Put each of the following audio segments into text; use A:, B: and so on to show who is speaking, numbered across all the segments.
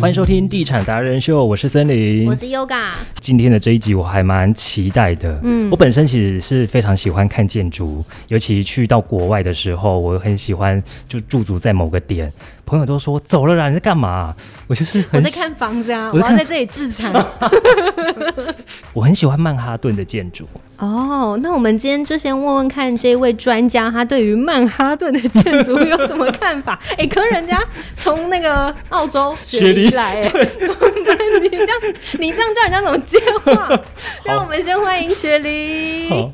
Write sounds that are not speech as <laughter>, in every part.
A: 欢迎收听《地产达人秀》，我是森林
B: 我。是 Yoga，
A: 今天的这一集我还蛮期待的。
B: 嗯
A: 我本身其实是非常喜欢看建筑，尤其去到国外的时候，我很喜欢就驻足在某个点。朋友都说走了啦，你在干嘛？我就是
B: 我
A: 很
B: 在看房子啊，
A: <laughs> 我
B: 我
A: 在看
B: 要在这里
A: <laughs>
B: 自产。
A: 我很喜欢曼哈顿的建筑。
B: 哦，那我们今天就先问问看这位专家，他对于曼哈顿的建筑有什么看
A: <laughs>
B: 法？哎、可是人家从那个澳洲
A: 学
B: 学
A: 历
B: 历来、哎，你这样你这样叫人家怎么接
A: <laughs>
B: 话？让我们先欢迎雪梨。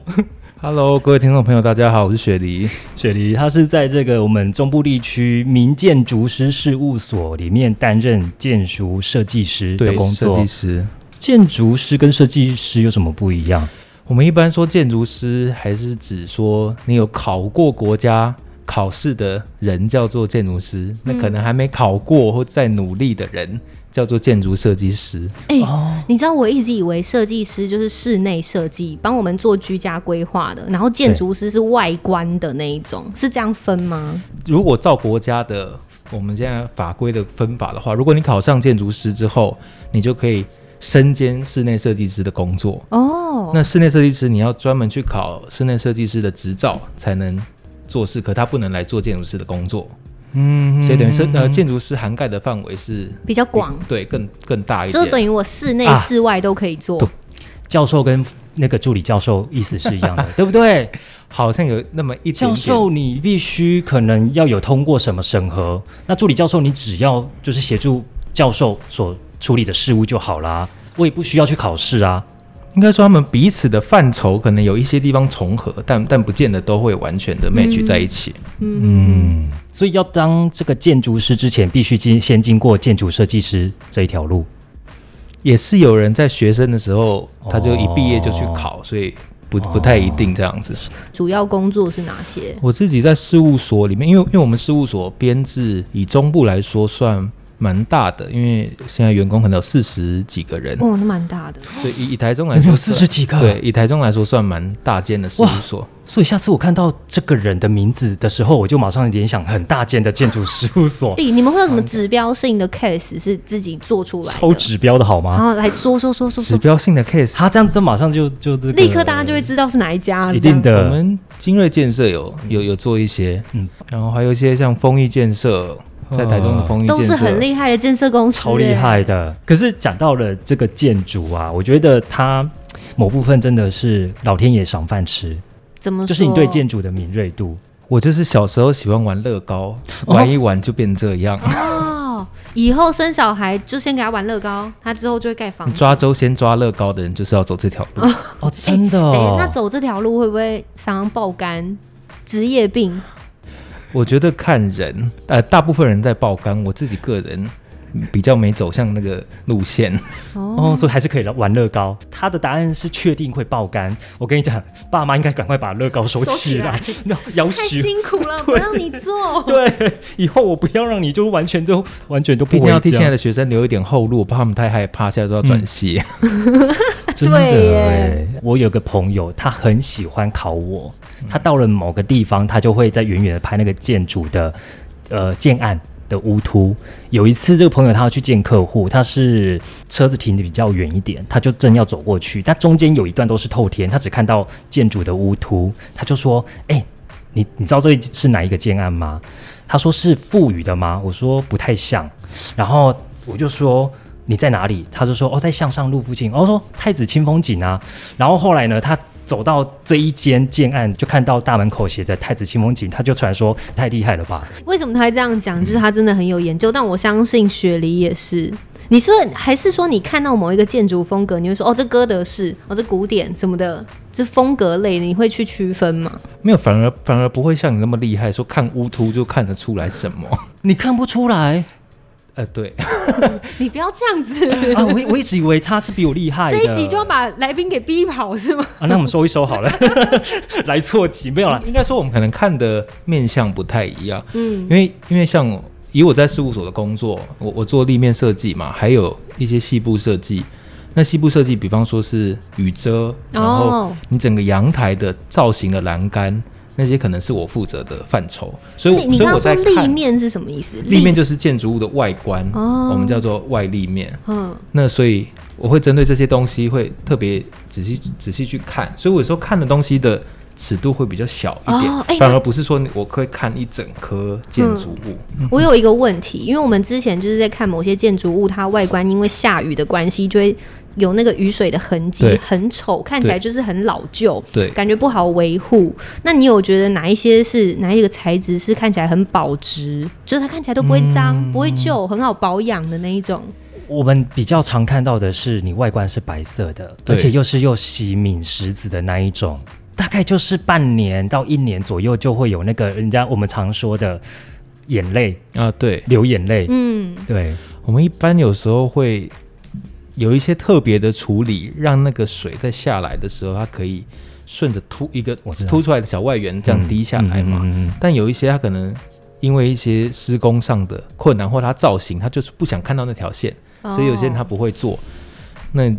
C: Hello，各位听众朋友，大家好，我是雪梨。
A: 雪梨，他是在这个我们中部地区民建筑师事务所里面担任建筑设计师的工
C: 设
A: 作
C: 计。师。
A: 建筑师跟设计师有什么不一样？
C: 我们一般说建筑师，还是指说你有考过国家考试的人叫做建筑师，那可能还没考过或在努力的人叫做建筑设计师。
B: 哎、
A: 哦
B: 你知道我一直以为设计师就是室内设计，帮我们做居家规划的，然后建筑师是外观的那一种，是这样分吗？
C: 如果照国家的我们现在法规的分法的话，如果你考上建筑师之后，你就可以身兼室内设计师的工作。
B: 哦，
C: 那室内设计师你要专门去考室内设计师的执照才能做事，可他不能来做建筑师的工作，
A: 嗯
C: 所以等于是呃建筑师涵盖的范围是
B: 比较广。
C: 对更更大一
B: 就是等
C: 点。
B: 于我室内、
A: 啊
B: 室外都可以做
A: 对。
C: 教授跟
A: 那个助理教授意思是一
C: <laughs>
A: 样的，对不对？
C: 好像有那么一点
A: 教
C: 点
A: 授，你必须可能要有通过什么审核，那助理教授你只要就是协助教授所处理的事务就好啦，我也不需要去考试啊。
C: 应该说他们彼此的范畴可能有一些地方重合，但但不见得都会完全的 match 在一起。
A: 嗯，所以要当这个建筑师之前，必须经先经过建筑设计师这一条路。
C: 也是有人在学生的时候，他就一毕业就去
A: 哦
C: 考，所以不不太一定这样子。
B: 主要工作是哪些？
C: 我自己在事务所里面，因为因为我们事务所编制以中部来说算蛮大的，因为现在员工可能有四十几个人，
A: 嗯
B: 哦，那蛮大的。
C: 所以以以台中来
A: 你们
C: 说
A: 有
C: 算
A: 四十几个，
C: 对，以台中来说算蛮大间的事务所。
A: 所以下次我看到这个人的名字的时候，我就马上联想很大间的建筑事务
B: <laughs>
A: 所，
B: 咦，你们会有什么指标性的 case 是自己做出来的？
A: 超指标的好
B: 然
A: 吗？
B: 后来说说说说
C: 指
B: 说，
C: 标性的 case，
A: 他这样子马上就就这个，
B: 立刻大家就会知道是哪一家了。
A: 一定
B: 这样。
C: 我
A: 的。
C: 们精锐建设有有有做一些，
A: 嗯
C: 嗯，然后还有一些像丰益建设，在台中的丰
A: 哦
C: 益建
B: 都是
C: 设
B: 很厉害的建设公司，
A: 超厉害的。可是讲到了这个建筑啊，我觉得它某部分真的是老天爷赏饭吃，
B: 哎。怎么说？
A: 就是你对建筑的敏锐度。
C: 我就是小时候喜欢玩乐高，
A: 哦
C: 玩一玩就变这样。
B: 哦，以后生小孩就先给他玩乐高，他之后就会盖房子。
C: 抓周先抓乐高的人，就是要走这条路。
A: 哦，真的
B: 哎
A: 哦，
B: 那走这条路会不会常常爆肝、职
A: <laughs>
B: 业病？
C: 我觉得看人，呃，大部分人在爆肝，我自己个人嗯比较没走向那个路线。
A: 哦，所以还是可以玩乐高。他的答案是确定会爆肝。我跟你讲， <laughs> 爸妈应该赶快把乐高收
B: 收
A: 起
B: 起
A: 来
B: 来，
A: <laughs> 那要
B: 太
A: 许
B: 辛苦
A: <laughs>
B: 了，不让你做。
A: 对，以后我不要让你就完全都完全都不
C: 毕竟
A: 回
C: 要替现在
A: 家，
C: 的学生留一点后路，我怕他们太害怕，现在都要转系。
A: <laughs> 真的
B: 对耶
A: 耶。我有个朋友，他很喜欢考我，他到了某个地方，他就会在远远的拍那个建筑的呃建案的屋突。有一次，这个朋友他要去见客户，他是车子停的比较远一点，他就正要走过去，但中间有一段都是透天，他只看到建筑的屋突，他就说：“哎、你你知道这是哪一个建案吗？”他说：“是富宇的吗？”我说：“不太像。”然后我就说。你在哪里？他就说哦，在向上路附近。然、后说太子清风景啊。然后后来呢，他走到这一间建案，就看到大门口写着太子清风景，他就传说太厉害了吧？
B: 为什么他会这样讲？就是他真的很有研究，但我相信雪梨也是。你是不是还是说你看到某一个建筑风格，你会说哦，这哥德式，哦，这古典什么的，这风格类，你会去区分吗？
C: 没有，反而反而不会像你那么厉害，说看乌秃就看得出来什么。
A: 你看不出来
C: <laughs> 呃，对，
B: 你不要这样
C: <laughs>
B: 子，
A: 啊？我我一直以为他是比我厉害的。
B: <laughs> 这一集就要把来宾给逼跑是吗？
A: 啊，那我们收一收好了， <laughs> 来错集没有啦。
C: 啊应该说我们可能看的面相不太一样，
B: 嗯
C: 因为因为像以我在事务所的工作，我我做立面设计嘛，还有一些细部设计。那细部设计，比方说是雨遮，然后
B: 哦
C: 你整个阳台的造型的栏杆，那些可能是我负责的范畴，所以我
B: 你
C: 所以
B: 刚
C: 我
B: 刚说
C: 在
B: 立
C: 看
B: 面是什么意思？
C: 立面就是建筑物的外观，
B: 哦
C: 我们叫做外立面。
B: 嗯
C: 那所以我会针对这些东西会特别仔细仔细去看，所以我有时候看的东西的尺度会比较小一点，
B: 哦哎
C: 反
B: 那
C: 而不是说你我会看一整棵建筑物。
B: 我有一个问题，因为我们之前就是在看某些建筑物，它外观因为下雨的关系，就会有那个雨水的痕迹
C: 对，
B: 很丑，看起来就是很老旧，
C: 对
B: 感觉不好维护。那你有觉得哪一些是哪一个材质是看起来很保值，就是它看起来都不会脏、
C: 嗯
B: 不会旧、很好保养的那一种？
A: 我们比较常看到的是，你外观是白色的，而
C: 对
A: 且又是又洗敏石子的那一种，大概就是半年到一年左右就会有那个人家我们常说的眼泪
C: 啊，对，
A: 流眼泪。
B: 嗯，
A: 对，
C: 我们一般有时候会有一些特别的处理，让那个水在下来的时候，它可以顺着凸一个
A: 我知道
C: 凸出来的小外缘这样滴下来嘛。
A: 嗯嗯嗯嗯
C: 但有一些它可能因为一些施工上的困难，或它造型，它就是不想看到那条线，所以有些人他
B: 哦
C: 不会做。那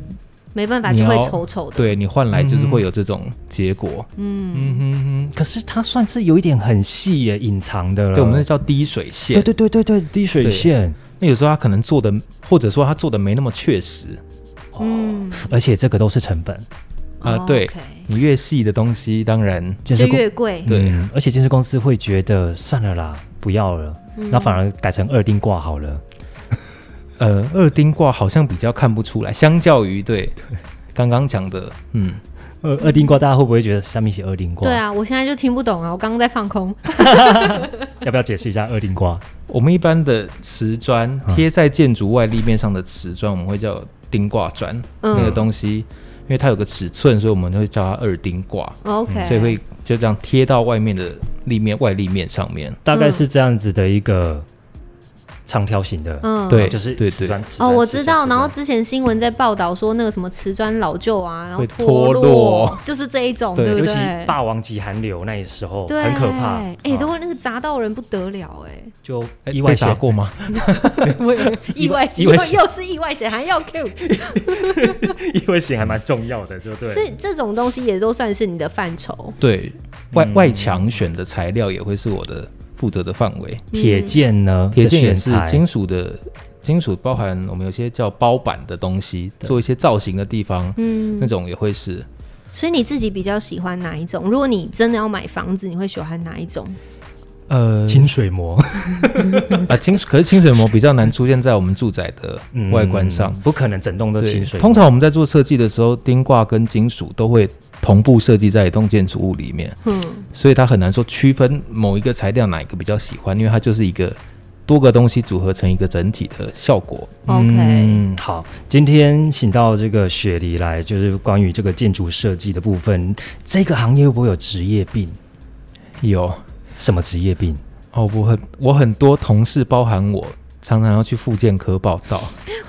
B: 没办法
C: 你
B: 就会
C: 要
B: 丑丑的。
C: 对你换来就是
A: 嗯
C: 会有这种结果。
B: 嗯，
C: 嗯哼哼，
A: 可是它算是有一点很细耶，隐藏的了。
C: 对，我们那叫滴水线。
A: 啊对对对对对，滴水
C: 对
A: 线。
C: 那有时候他可能做的，或者说他做的没那么确实。
B: 嗯，
A: 而且这个都是成本，
C: 啊
B: 哦
C: 对
B: OK
C: 你越细的东西，当然
A: 建
B: 就
A: 设公
B: 越贵。
C: 对
A: 嗯而且建设公司会觉得算了啦，不要了，那、反而改成二丁挂好了。
C: 呃，二丁挂好像比较看不出来，相较于对刚刚讲的，嗯，
A: 二二丁挂大家会不会觉得下面写二丁挂？
B: 对，啊，我现在就听不懂啊，我刚刚在放
C: <laughs>
B: 空。
A: 要不要解释一下二丁挂？
C: 我们一般的瓷砖
A: 嗯
C: 贴在建筑外立面上的瓷砖，我们会叫丁挂砖，那个
B: 嗯
C: 东西，因为它有个尺寸，所以我们会叫它二丁挂，
B: 哦，OK，
C: 所以会就这样贴到外面的立面外立面上面。
A: 大概是这样子的一个长条形的，
B: 嗯
C: 对
A: 就是
C: 对
A: 瓷砖瓷
B: 哦，
A: 砖
B: 我
A: 瓷砖
B: 知道。
A: 瓷砖
B: 然后之前新闻在报道说那个什么瓷砖老旧啊，然后
C: 会
B: 脱
C: 脱落
B: <laughs> 就是这一种，
C: 对
B: 对不
A: 尤其
B: 对？
A: 霸王级寒流那时候
B: 对，
A: 很可怕，
B: 哎、
A: 啊 <laughs>
B: 都会那个砸到人不得了、
A: 就
C: 哎
A: 意外
C: 被打
A: 险。
C: 过吗？
B: 哎，意外 <laughs>
A: 意
B: 险，又
A: 外险
B: 又是意外险，还要 Q，
A: 意外险还蛮重要的，就对。
B: 所以这种东西也都算是你的范畴。
C: 对外、
A: 嗯
C: 外墙选的材料也会是我的负责的范围，
B: 嗯
A: 铁剑呢？
C: 铁件也是
A: 的选材
C: 金属的，金属包含我们有些叫包板的东西，做一些造型的地方，
B: 嗯
C: 那，种也会是。
B: 所以你自己比较喜欢哪一种？如果你真的要买房子，你会喜欢哪一种？
C: 呃，
A: 清水膜
C: 啊，清可是清水膜比较难出现在我们住宅的外观上。
A: 不可能整栋都嗯
C: 对
A: 清，水膜。
C: 通常我们在做设计的时候，钉挂跟金属都会同步设计在一栋建筑物里面，
B: 嗯，
C: 所以它很难说区分某一个材料哪一个比较喜欢，因为它就是一个多个东西组合成一个整体的效果。
B: OK
A: 嗯，好，今天请到这个雪梨来，就是关于这个建筑设计的部分，这个行业会不会有职业病？
C: 有
A: 什么职业病？
C: 哦，我很我很多同事，包含我，常常要去复健科报道，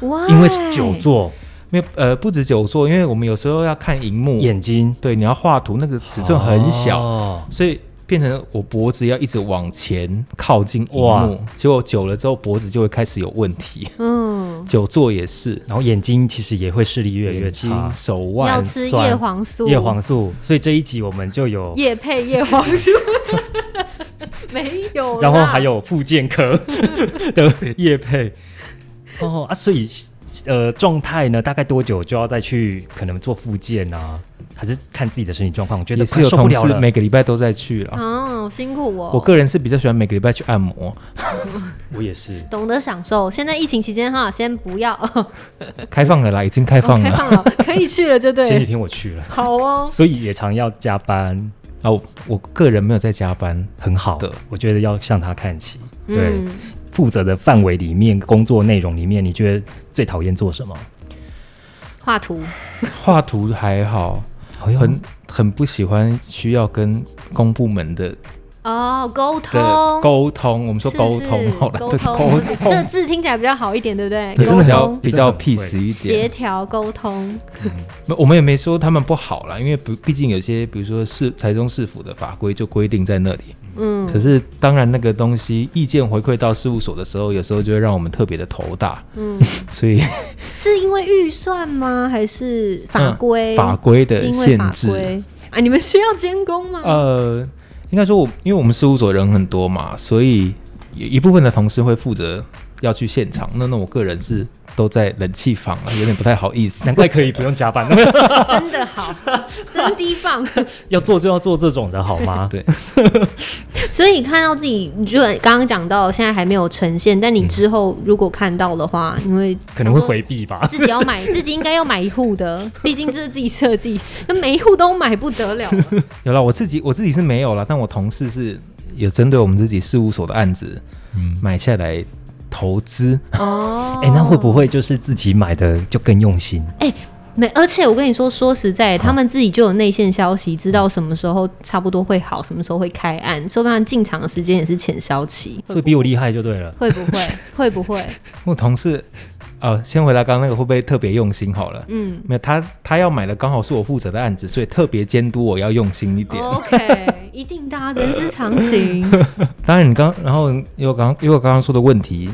B: 哇，
A: 因为久坐，
C: 因为呃不止久坐，因为我们有时候要看荧幕，
A: 眼睛
C: 对，你要画图，那个尺寸很小，
A: 哦
C: 所以变成我脖子要一直往前靠近荧
A: 哇
C: 幕，结果久了之后脖子就会开始有问题。
B: 嗯，
C: 久坐也是，
A: 然后眼睛其实也会视力越来越
C: 眼睛
A: 差、，
C: 手
B: 要
C: 腕
B: 吃
A: 酸
B: 叶黄素，
A: 叶黄素，所以这一集我们就有，
B: 叶配叶黄素， <laughs> 没有啦。
A: <laughs> 然后还有复健科 <laughs> 的叶配。哦啊，所以呃，状态呢，大概多久就要再去可能做复健啊？还是看自己的身体状况，觉得
C: 也
A: 快
C: 是有
A: 受不
C: 同
A: 了
C: 事
A: 了。
C: 每个礼拜都在去了。
B: 哦，辛苦我，
C: 啊我个人是比较喜欢每个礼拜去按摩，
A: 我也是，
B: 懂得享受。现在疫情期间哈，先不
C: <laughs>
B: 要，哦
C: 开放了啦，已经开放
A: 哦
B: 开
C: 了。
B: 放了，可以去了就
C: <laughs>
A: 前
B: 对
A: 几
B: 了。
A: 天我去了。
B: 好哦，
A: 所以也常要加班，
C: 啊，我我个人没有在加班，
A: 很好
C: 的
A: 我觉得要向他看齐。对，
B: 嗯，
A: 负责的范围里面，工作内容里面，你觉得最讨厌做什么？
B: 画图，
C: 画图还好，
A: 嗯
C: <laughs> 很很不喜欢需要跟公部门的
B: 哦，沟
C: 的
B: 通，
C: 沟通，我们说
B: 是
C: 沟通
B: 是
C: 好了，
B: 沟
C: 对
B: 通
C: <laughs> 沟，
B: 这
C: 通，
B: 字听起来比较好一点，对不对？
C: 对
B: 沟
C: 比较
B: 通。
C: 比较
A: 真的很
C: peace 一点
B: 协。调沟通，
C: 没我们也没说他们不好啦，因为不，毕竟有些比如说市台中市府的法规就规定在那里。
B: 嗯
C: 可是当然那个东西意见回馈到事务所的时候，有时候就会让我们特别的头大，
B: 嗯，
C: 所以
B: 是因为预算吗？还是法
C: 嗯
B: 规？
C: 法规
B: 是
C: 的
B: 因为
C: 限
B: 法
C: 制，
A: 嗯
B: 规啊？你们需要监工吗？
C: 呃，应该说我，因为我们事务所人很多嘛，所以有一部分的同事会负责要去现场。那那我个人是都在冷气房了，有点不太好意思
A: 难。怪可以不用加班，
C: 啊
B: 真的好，真低棒。
A: <laughs> 要做就要做这种的好吗？
C: <laughs> 对，
B: 所以看到自己，你就刚刚讲到现在还没有呈现，但你之后如果看到的话，你会
A: 可能会回避吧。
B: 自己要买，自己应该要买一户的，毕竟这是自己设计，那每一户都买不得了。
C: 有了，我自己我自己是没有了，但我同事是有针对我们自己事务所的案子
A: 嗯，
C: 买下来投资。 <laughs>
B: 哦，
A: 哎、那会不会就是自己买的就更用心？
B: 哎没？而且我跟你说，说实在，他们自己就有内线消息，知道什么时候差不多会好，什么时候会开案，说不定进场的时间也是浅销期。
A: 所以比我厉害就对了。
B: 会不会？会不会？
C: 我同事，呃，先回答刚刚那个会不会特别用心好了？
B: 嗯
C: 没有，他他要买的刚好是我负责的案子，所以特别监督我要用心一点。
B: ，OK，一定大家人之常情。
C: 当然，你刚然后又刚又刚刚说的问题，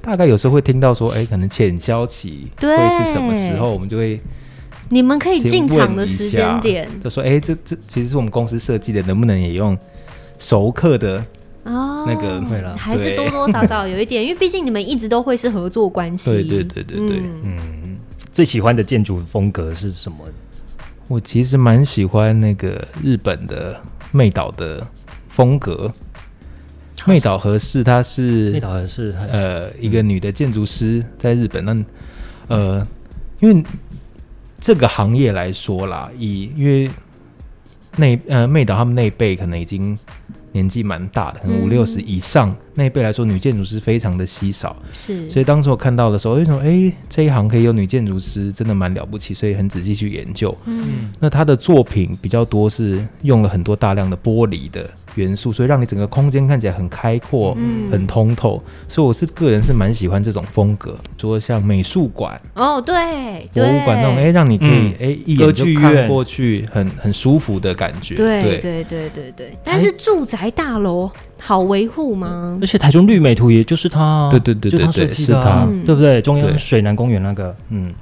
C: 大概有时候会听到说，哎，可能浅消期
B: 对
C: 会是什么时候，我们就会
B: 你们可以
C: 先
B: 进场的
C: 问一
B: 时
C: 下
B: 间点
C: 就说，哎，这这其实是我们公司设计的，能不能也用熟客的？
B: 哦，
C: 那个
A: 会啦
B: 还是
C: 对
B: 多多少少有一点，因为毕竟你们一直都会是合作关系。
C: 对对对对对，
B: 嗯
A: 嗯，最喜欢的建筑风格是什么？
C: 我其实蛮喜欢那个日本的妹岛的风格。妹岛和世，她是
A: 那倒是很
C: 呃一个女的建筑师在日本，那呃，因为这个行业来说啦，以因为内呃妹岛他们那一辈可能已经年纪蛮大的，可能
B: 嗯
C: 五六十以上、那一辈来说，女建筑师非常的稀少，
B: 是，
C: 所以当时我看到的时候，为什么哎这一行可以有女建筑师，真的蛮了不起，所以很仔细去研究。
B: 嗯，
C: 那他的作品比较多是用了很多大量的玻璃的元素，所以让你整个空间看起来很开阔、
B: 嗯
C: 很通透。所以我是个人是蛮喜欢这种风格，说像美术馆、
B: 哦，对，
C: 博
B: 对，
C: 物馆那种，哎、让你可以
A: 嗯
C: 哎、一
A: 歌
C: 眼就
A: 剧院
C: 看过去，很很舒服的感觉。
B: 对对对对对，但是住宅大楼好维护吗
C: 嗯
A: 而？且台中绿美图也就是它啊、
C: 对对对
A: 就
C: 对
A: 它设
C: 对，
A: 计
C: 是
A: 的啊、
C: 他。
B: 嗯
A: 对不对？中央
C: 对
A: 水南公园那个，
C: 嗯，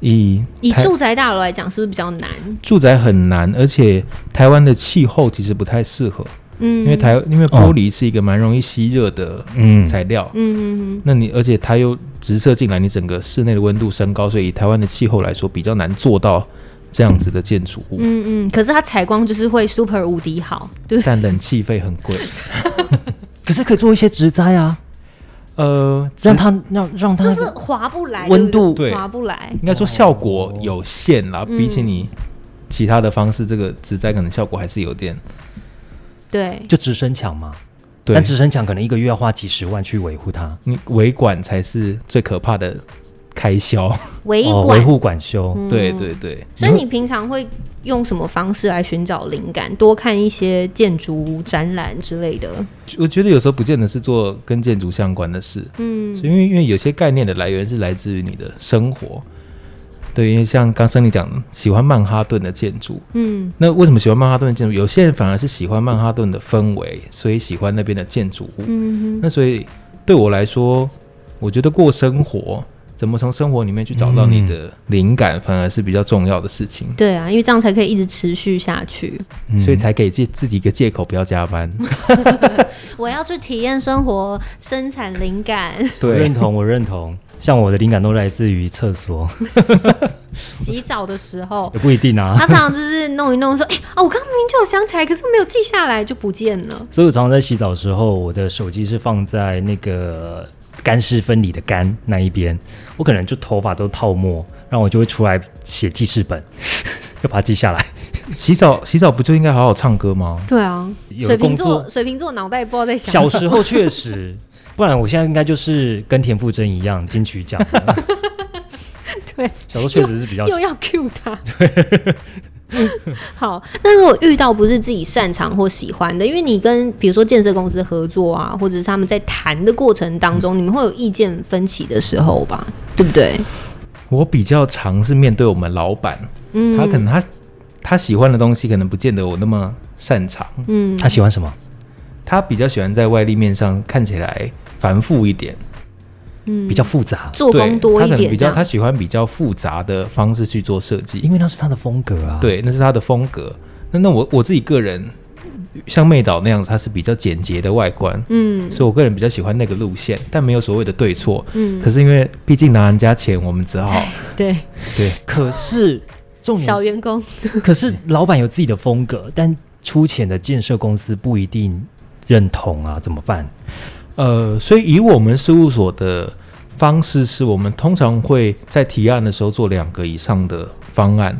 C: 以
B: 以
C: 台
B: 住宅大楼来讲，是不是比较难？
C: 住宅很难，而且台湾的气候其实不太适合，
B: 嗯，
C: 因为台因为玻璃是一个蛮容易吸热的
A: 嗯，
C: 材料。
B: 嗯，嗯嗯
C: 那你而且它又直射进来，你整个室内的温度升高，所以以台湾的气候来说，比较难做到这样子的建筑物。
B: 嗯嗯，可是它采光就是会 super 无敌好，对不对，
C: 但冷气费很贵，
A: 可是可以做一些植栽啊，
C: 呃，
A: 让
C: 只
A: 它让让
C: 嗯
A: 它
B: 就
A: 那
B: 是
A: 个
B: 划不来，
A: 温
B: 对不
A: 度
B: 对
C: 对
B: 划不来，
C: 应该说效果有限啦，
B: 嗯
C: 比起你其他的方式，这个植栽可能效果还是有点。
B: 对，
A: 就直升墙嘛。
C: 对
A: 但，直升墙可能一个月要花几十万去维护它，
C: 你维管才是最可怕的开销。
B: 维
A: 哦，维
B: 管，
A: 护管修。
B: 嗯
C: 对对对，
B: 所以你平常会用什么方式来寻找灵感？多看一些建筑展览之类的。
C: 我觉得有时候不见得是做跟建筑相关的事，
B: 嗯
C: 所以因为因为有些概念的来源是来自于你的生活。对，因为像刚森你讲，喜欢曼哈顿的建筑，
B: 嗯
C: 那为什么喜欢曼哈顿的建筑？有些人反而是喜欢曼哈顿的氛围，所以喜欢那边的建筑物。
B: 嗯哼
C: 那所以对我来说，我觉得过生活，怎么从生活里面去找到你
B: 嗯
C: 的灵感，反而是比较重要的事情。
B: 对啊，因为这样才可以一直持续下去。
A: 嗯
C: 所以才给借自己一个借口不要加班。 <laughs>
B: 我要去体验生活，生产灵感，
A: 我认，同，我认同。像我的灵感都来自于厕所，
B: 嗯洗澡的时候，
A: 也不一定啊 <laughs>
B: 他。常常就是弄一弄，说：“哎、啊，我刚刚明明就有想起来，可是没有记下来，就不见了。
A: 所以我常常在洗澡的时候，我的手机是放在那个干湿分离的干那一边，我可能就头发都泡沫，然后我就会出来写记事本， <laughs> 要把它记下
B: <laughs>
A: 来。
C: 洗澡洗澡不就应该好好唱歌吗？”
B: 对啊，
A: 有
B: 水瓶
A: 工
B: 座
A: 作，
B: 水瓶座脑袋不知道在想
A: 小
B: 什么。
A: 时候确实，不然我现在应该就是跟田馥甄一样金曲
B: <laughs>
A: 奖了。
B: 对，
A: 小时候确实是比
B: <laughs>
A: 较
B: 又要 Q 他。好，那如果遇到不是自己擅长或喜欢的，因为你跟比如说建设公司合作啊，或者是他们在谈的过程当中，你们会有意见分歧的时候吧，对不对？
C: 我比较常是面对我们老板，
B: 嗯，
C: 他可能他他喜欢的东西可能不见得我那么擅长，
B: 嗯
A: 他喜欢什么？
C: 他比较喜欢在外立面上看起来繁复一点，
B: 嗯
A: 比较复杂，
B: 作
C: 对
B: 风，多
C: 他
B: 一
C: 可能
B: 点
C: 比
B: 这
C: 较他
B: 样。
C: 喜欢比较复杂的方式去做设计
A: 因，为那是他的风格啊。，
C: 对，那是他的风格。那那我我自己个人像妹岛那样子，它是比较简洁的外观，
B: 嗯
C: 所以我个人比较喜欢那个路线，但没有所谓的对错。
B: 嗯，
C: 可是因为毕竟拿人家钱，我们
B: <laughs>
C: 只好
B: 对，
C: 对
A: 可是重点
B: 小
A: 是，
B: 员工，
A: <laughs> 可是老板有自己的风格，但出钱的建设公司不一定认同啊，怎么办？
C: 呃，所以以我们事务所的方式，是我们通常会在提案的时候做两个以上的方案。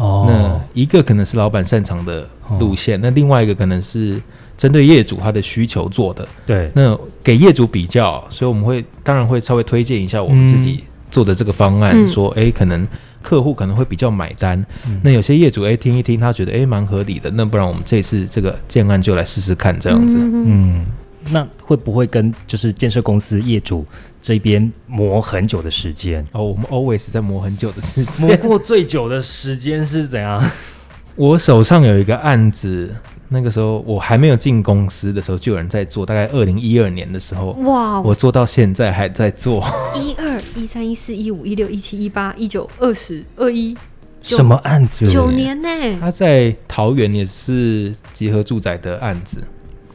C: 那
A: 哦，
C: 一个可能是老板擅长的路线，那另外一个可能是针对业主他的需求做的。
A: 对，
C: 那给业主比较，所以我们会当然会稍微推荐一下我们自己做的这个方案，
B: 嗯
C: 说诶哎可能客户可能会比较买单。那有些业主诶哎听一听，他觉得诶蛮合理的，那不然我们这次这个建案就来试试看这样子。
B: 嗯，
A: 嗯，那会不会跟就是建设公司业主这边磨很久的时间？
C: 哦，我们 always 在 <laughs> 磨很久的事情。
A: 磨过最久的时间是怎样？
C: 我手上有一个案子，那个时候我还没有进公司的时候，就有人在做，大概二零一二年的时候，
B: 哇，哦
C: 我做到现在还在做。
B: 一二一三一四一五一六一七一八一九二十二一九
A: <laughs> 什么案子？
B: 九年呢、
C: 他在桃园也是集合住宅的案子，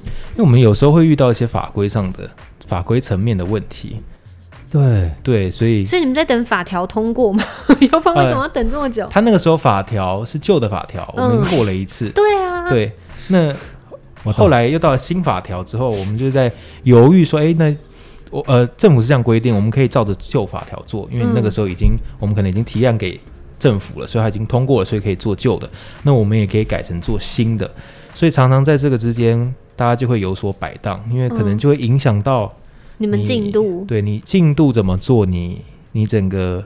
C: 因为我们有时候会遇到一些法规上的法规层面的问题，
A: 对，
C: 对，所以
B: 所以你们在等法条通过吗？ <laughs> 姚芳为什么要等这么久？
C: 他那个时候法条是旧的法条，我们
B: 嗯
C: 过了一次，
B: 对啊，，
C: 对，那
A: 我懂
C: 后来又到了新法条之后，我们就在犹豫说，哎、那我呃，政府是这样规定，我们可以照着旧法条做，因为
B: 嗯
C: 那个时候已经、我们可能已经提案给政府了，所以它已经通过了，所以可以做旧的。那我们也可以改成做新的，所以常常在这个之间，大家就会有所摆荡，因为可能
B: 嗯
C: 就会影响到
B: 你们进度
C: 对你进度怎么做，你你整个。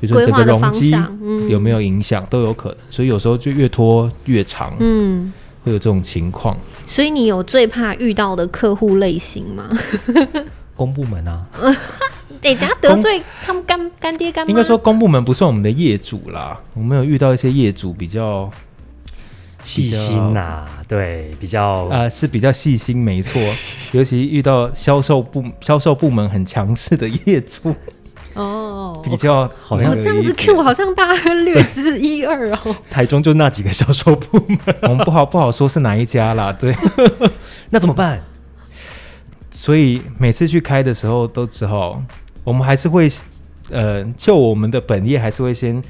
C: 比如说
B: 规
C: 整
B: 划
C: 个
B: 的
C: 容
B: 方
C: 积
B: 向，嗯，
C: 有没？有影响都有可能，所以有时候就越拖越长，
B: 嗯，
C: 会有这种情况。
B: 所以你有最怕遇到的客户类型 <laughs> 吗？
A: 公部门啊，
B: 得、等下得罪他们干干爹干妈，
C: 应该说，公部门不算我们的业主啦，我们有遇到一些业主比较
A: 细心呐、对，比较、
B: 哦
C: 啊是比较细心，
B: <laughs>
C: 没错，尤其遇到销售部销售部门很强势的业主，
B: 哦，
C: 比较
A: 好像
B: 我
C: 那个一
B: 这样
C: 点
B: 子 Q 好像大家略知一二
C: <laughs>
B: 哦。
A: 台中就那几个销售部门，
C: 我们不好不好说是哪一家啦，
B: <laughs>
C: 对，
A: <laughs> 那怎么办？
C: 所以每次去开的时候都只好，我们还是会呃，就我们的本业还是会先。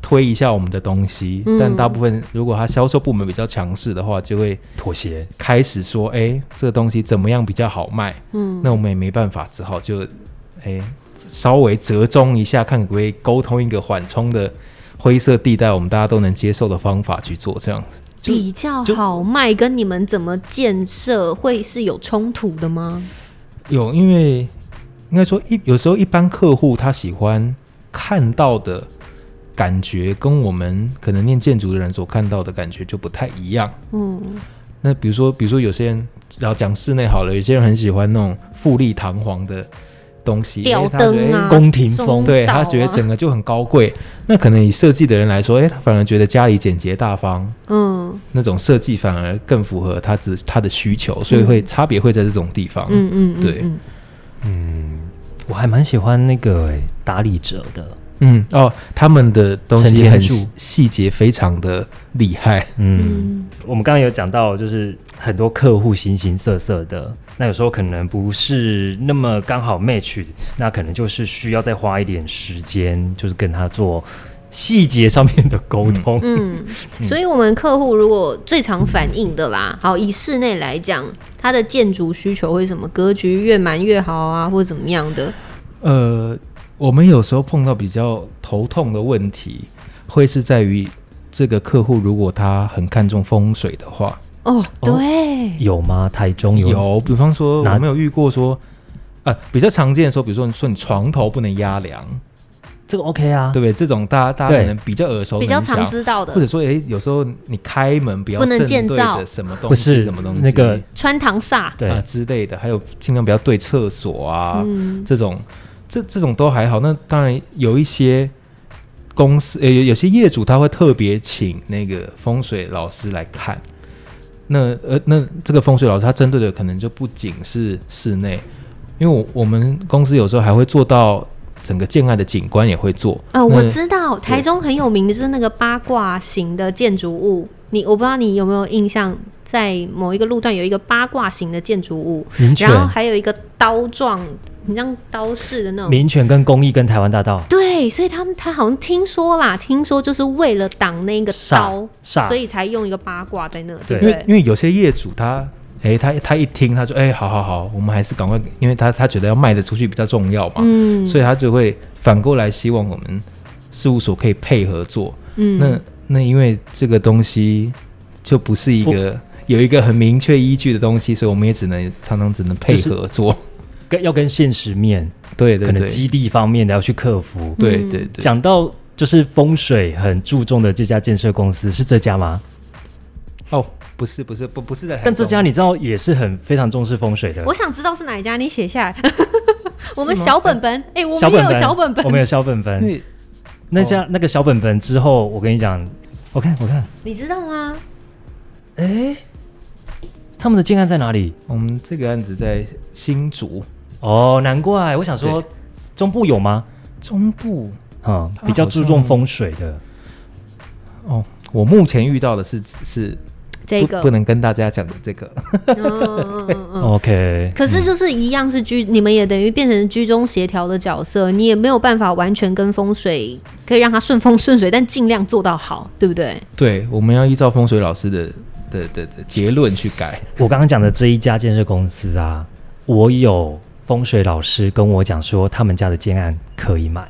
C: 推一下我们的东西，
B: 嗯
C: 但大部分如果他销售部门比较强势的话，就会
A: 妥协，
C: 开始说，哎、这个东西怎么样比较好卖？
B: 嗯，
C: 那我们也没办法，只好就哎、稍微折中一下，看可不可以沟通一个缓冲的灰色地带，我们大家都能接受的方法去做这样子。
A: 就
B: 比较
A: 就
B: 好卖，跟你们怎么建设会是有冲突的吗？
C: 有，因为应该说一有时候一般客户他喜欢看到的感觉，跟我们可能念建筑的人所看到的感觉就不太一样。
B: 嗯，
C: 那比如说，比如说有些人，然后讲室内好了，有些人很喜欢那种富丽堂皇的东西，因
B: 吊
C: 为他觉得
B: 灯
C: 哎
B: 啊，
A: 宫廷风
B: 中
C: 对
B: 岛
C: 他
B: 啊
C: 觉得整个就很高贵。那可能以设计的人来说，哎、他反而觉得家里简洁大方，
B: 嗯
C: 那种设计反而更符合他自他的需求，所以会、差别会在这种地方。
B: 嗯嗯嗯，
C: 对
B: 嗯
A: 我还蛮喜欢那个、欸、打理者的，
C: 嗯哦，他们的东
A: 陈
C: 西
A: 天
C: 很
A: 柱
C: 细细节非常的厉害。
A: 嗯
B: 嗯
A: 我们刚刚有讲到，就是很多客户形形色色的，那有时候可能不是那么刚好 match，那可能就是需要再花一点时间，就是跟他做细节上面的沟通。
B: 嗯，所以我们客户如果最常反映的啦，好，以室内来讲，它的建筑需求会什么格局越满越好啊，或者怎么样的？
C: 呃，我们有时候碰到比较头痛的问题，会是在于这个客户如果他很看重风水的话，
B: 哦，
A: 哦
B: 对，
A: 有吗？台中有
C: 有，比方说
A: 哪
C: 我们有遇过说，呃，比较常见的说，比如说你说你床头不能压梁，
A: 这个 OK 啊？
C: 啊对不对？这种大家大家
A: 对
C: 可能比较耳熟
B: 比较
C: 能详，
B: 常知道的
C: 或者，说，诶，有时候你开门不要
B: 不能
C: 正
B: 建
C: 对
B: 造
C: 着什么东
A: 不
C: 西，
A: 是
C: 什么东西
A: 那个
B: 穿堂煞，
A: 对、
C: 啊之类的，还有尽量不要对厕所啊、
B: 嗯
C: 这种，这这种都还好。那当然有一些。公司呃有有些业主他会特别请那个风水老师来看，那呃那这个风水老师他针对的可能就不仅是室内，因为我我们公司有时候还会做到整个建案的景观也会做。
B: 呃，我
C: 那
B: 知道台中很有名的就是那个八卦型的建筑物，你我不知道你有没有印象，在某一个路段有一个八卦型的建筑物，
A: 民权
B: 然后还有一个刀状，很像刀式的那
C: 嗯
B: 种。
A: 民权跟公益跟台湾大道
B: 对，所以他们他好像听说啦，听说就是为了挡那个刀，
A: 煞煞
B: 所以才用一个八卦在那，
A: 对
B: 对不
C: 因为
B: 对？
C: 因为有些业主他，哎、他他一听他说，哎、好好好，我们还是赶快，因为他他觉得要卖得出去比较重要嘛，
B: 嗯
C: 所以他就会反过来希望我们事务所可以配合做。
B: 嗯
C: 那那因为这个东西就不是一个有一个很明确依据的东西，所以我们也只能常常只能配合做。
A: 跟要跟现实面，
C: 对对
A: 可能
C: 对，
A: 基地方面的要去克服。
C: 对
B: 嗯
C: 对对，
A: 讲到就是风水很注重的这家建设公司是这家吗？
C: 哦，不是不是不不是在台中，
A: 但这家你知道也是很非常重视风水的
B: 我。想知道是哪一家，你写下来。我们小本本，哎、我
A: 小
B: 们也
A: 本
B: 有
A: 本，
B: 小本本，
A: 我们有小本本
C: 因。为
A: 那家、那个小本本之后，我跟你讲，我看我看
B: 你知道吗？
C: 哎、
A: 他们的建案在哪里？
C: 我们这个案子在新竹
A: 哦，难怪我想说，中部有吗？
C: 中部。
A: 嗯，
C: 它
A: 比较
C: 好像
A: 注重风水的。
C: 哦，我目前遇到的是是
B: 这个
C: 不不能跟大家讲的这个，
B: 嗯嗯嗯嗯。
A: 哦 OK，
B: 可是就是一样是居，你们也等于变成居中协调的角色，你也没有办法完全跟风水可以让它顺风顺水，但尽量做到好，对不对？
C: 对，我们要依照风水老师的的的的结论去改。
A: 我刚刚讲的这一家建设公司啊，我有风水老师跟我讲说，他们家的建案可以买。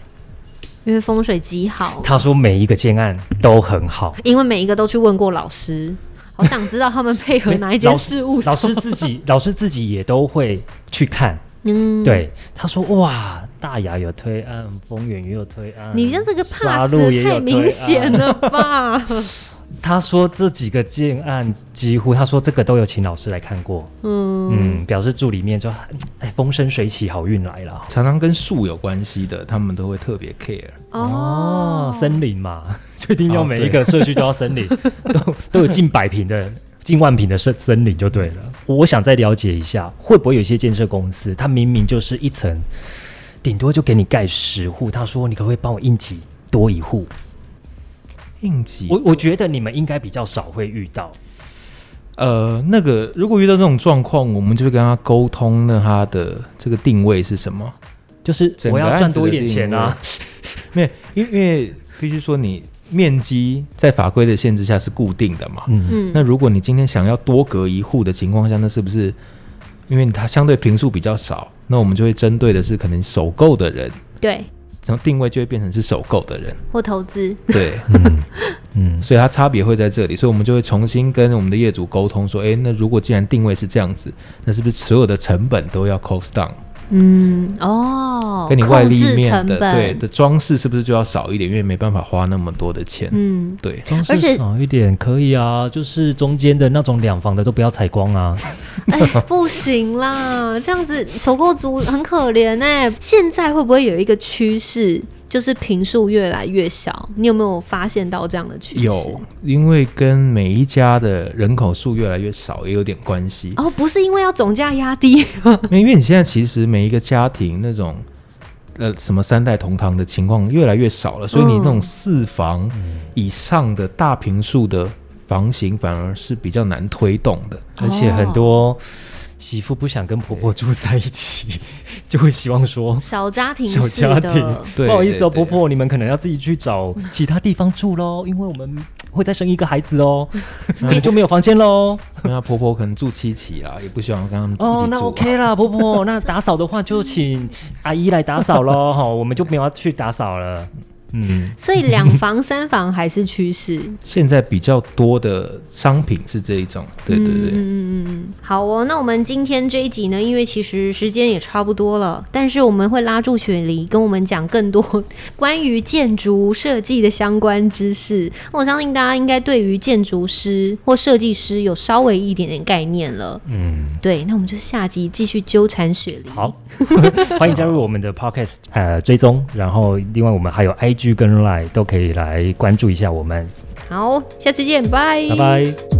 B: 因为风水极好，
A: 他说每一个建案都很好。
B: 因为每一个都去问过老师，好想知道他们配合哪一间
A: 老师
C: <laughs>
B: 事务所。
A: 老师自己，老师自己也都会去看。
B: 嗯，
A: 对，他说哇，大雅有推案，丰原也有推案，
B: 你这这个 pass
A: 杀戮也有
B: 太明显
A: 推案。
B: 了吧？
A: 他说这几个建案几乎，他说这个都有请老师来看过，
B: <laughs> 嗯，
A: 嗯，表示助理面就哎风生水起，好运来了。
C: 常常跟树有关系的，他们都会特别 care。
A: 哦
B: 哦，，
A: 森林嘛， <laughs> 就一定要
C: 哦
A: 每
C: 对
A: 一个社区都要森林， <laughs> 都都有近百平的、近万平的森森林就对了。我想再了解一下，会不会有一些建设公司，它明明就是一层，顶多就给你盖十户，他说你可不可以帮我应急多一户？
C: 应急，
A: 我我觉得你们应该比较少会遇到，
C: 呃，那个如果遇到这种状况，我们就会跟他沟通，那他的这个定位是什么？
A: 就是
C: 整
A: 我
C: 个
A: 要
C: 案
A: 赚
C: 子
A: 多一
C: 的
A: 点
C: 定
A: 钱啊，
C: 因为因为因为必须说，你面积在法规的限制下是固定的嘛。
A: 嗯，
B: 嗯，
C: 那如果你今天想要多隔一户的情况下，那是不是因为它相对平数比较少，那我们就会针对的是可能首购的人，
B: 对，
C: 然后定位就会变成是首购的人，
B: 或投资，
C: <laughs> 对，
A: 嗯嗯，
C: 所以它差别会在这里，所以我们就会重新跟我们的业主沟通说，诶，那如果既然定位是这样子，那是不是所有的成本都要 cost down，
B: 嗯，哦，
C: 跟你外
B: 控
C: 立
B: 制
C: 面
B: 成
C: 的
B: 本，
C: 对的装饰是不是就要少一点，因为没办法花那么多的钱，
B: 嗯，
C: 对，
A: 装
B: 而且
A: 饰少一点可以啊，就是中间的那种两房的都不要采光啊。
B: <laughs> 哎，不行啦，这样子首购族很可怜哎、现在会不会有一个趋势，就是平数越来越小？你有没有发现到这样的趋势？
C: 有，因为跟每一家的人口数越来越少也有点关系。
B: 哦，不是因为要总价压低， <laughs>
C: <laughs> 因为你现在其实每一个家庭那种呃什么三代同堂的情况越来越少了，所以你那种四房
A: 嗯
C: 以上的大平数的房型反而是比较难推动的。
A: 而且很多
B: 哦
A: 媳妇不想跟婆婆住在一起， <laughs> 就会希望说
B: 小家庭
A: 小
B: 式
A: 家
B: 的，
A: 庭。 <laughs>
C: 对
A: 不好意思哦，
C: 对对
A: 婆婆，你们可能要自己去找其他地方住喽，因为我们会再生一个孩子
B: <laughs>
A: 哦，你们就没有房间
C: <laughs>
A: 喽。
C: 那她婆婆可能住七期啦，也不希望跟他们一起住啊、
A: 哦，那 OK 啦，婆婆，那打扫的话就请阿姨来打扫
C: <laughs>
A: 喽，哈，我们就没有要去打扫了。嗯，
B: 所以两房三房还是趋势。
C: 现在比较多的商品是这一种，对对
B: 嗯
C: 对。
B: 嗯嗯嗯，好哦。那我们今天这一集呢，因为其实时间也差不多了，但是我们会拉住雪梨跟我们讲更多关于建筑设计的相关知识。我相信大家应该对于建筑师或设计师有稍微一点点概念了。
A: 嗯，
B: 对，那我们就下集继续纠缠雪梨。
A: 好， <laughs> 欢迎加入我们的 Podcast 呃追踪，然后另外我们还有 IG 跟 Line 都可以来关注一下我们，
B: 好，下次见，拜
A: 拜拜。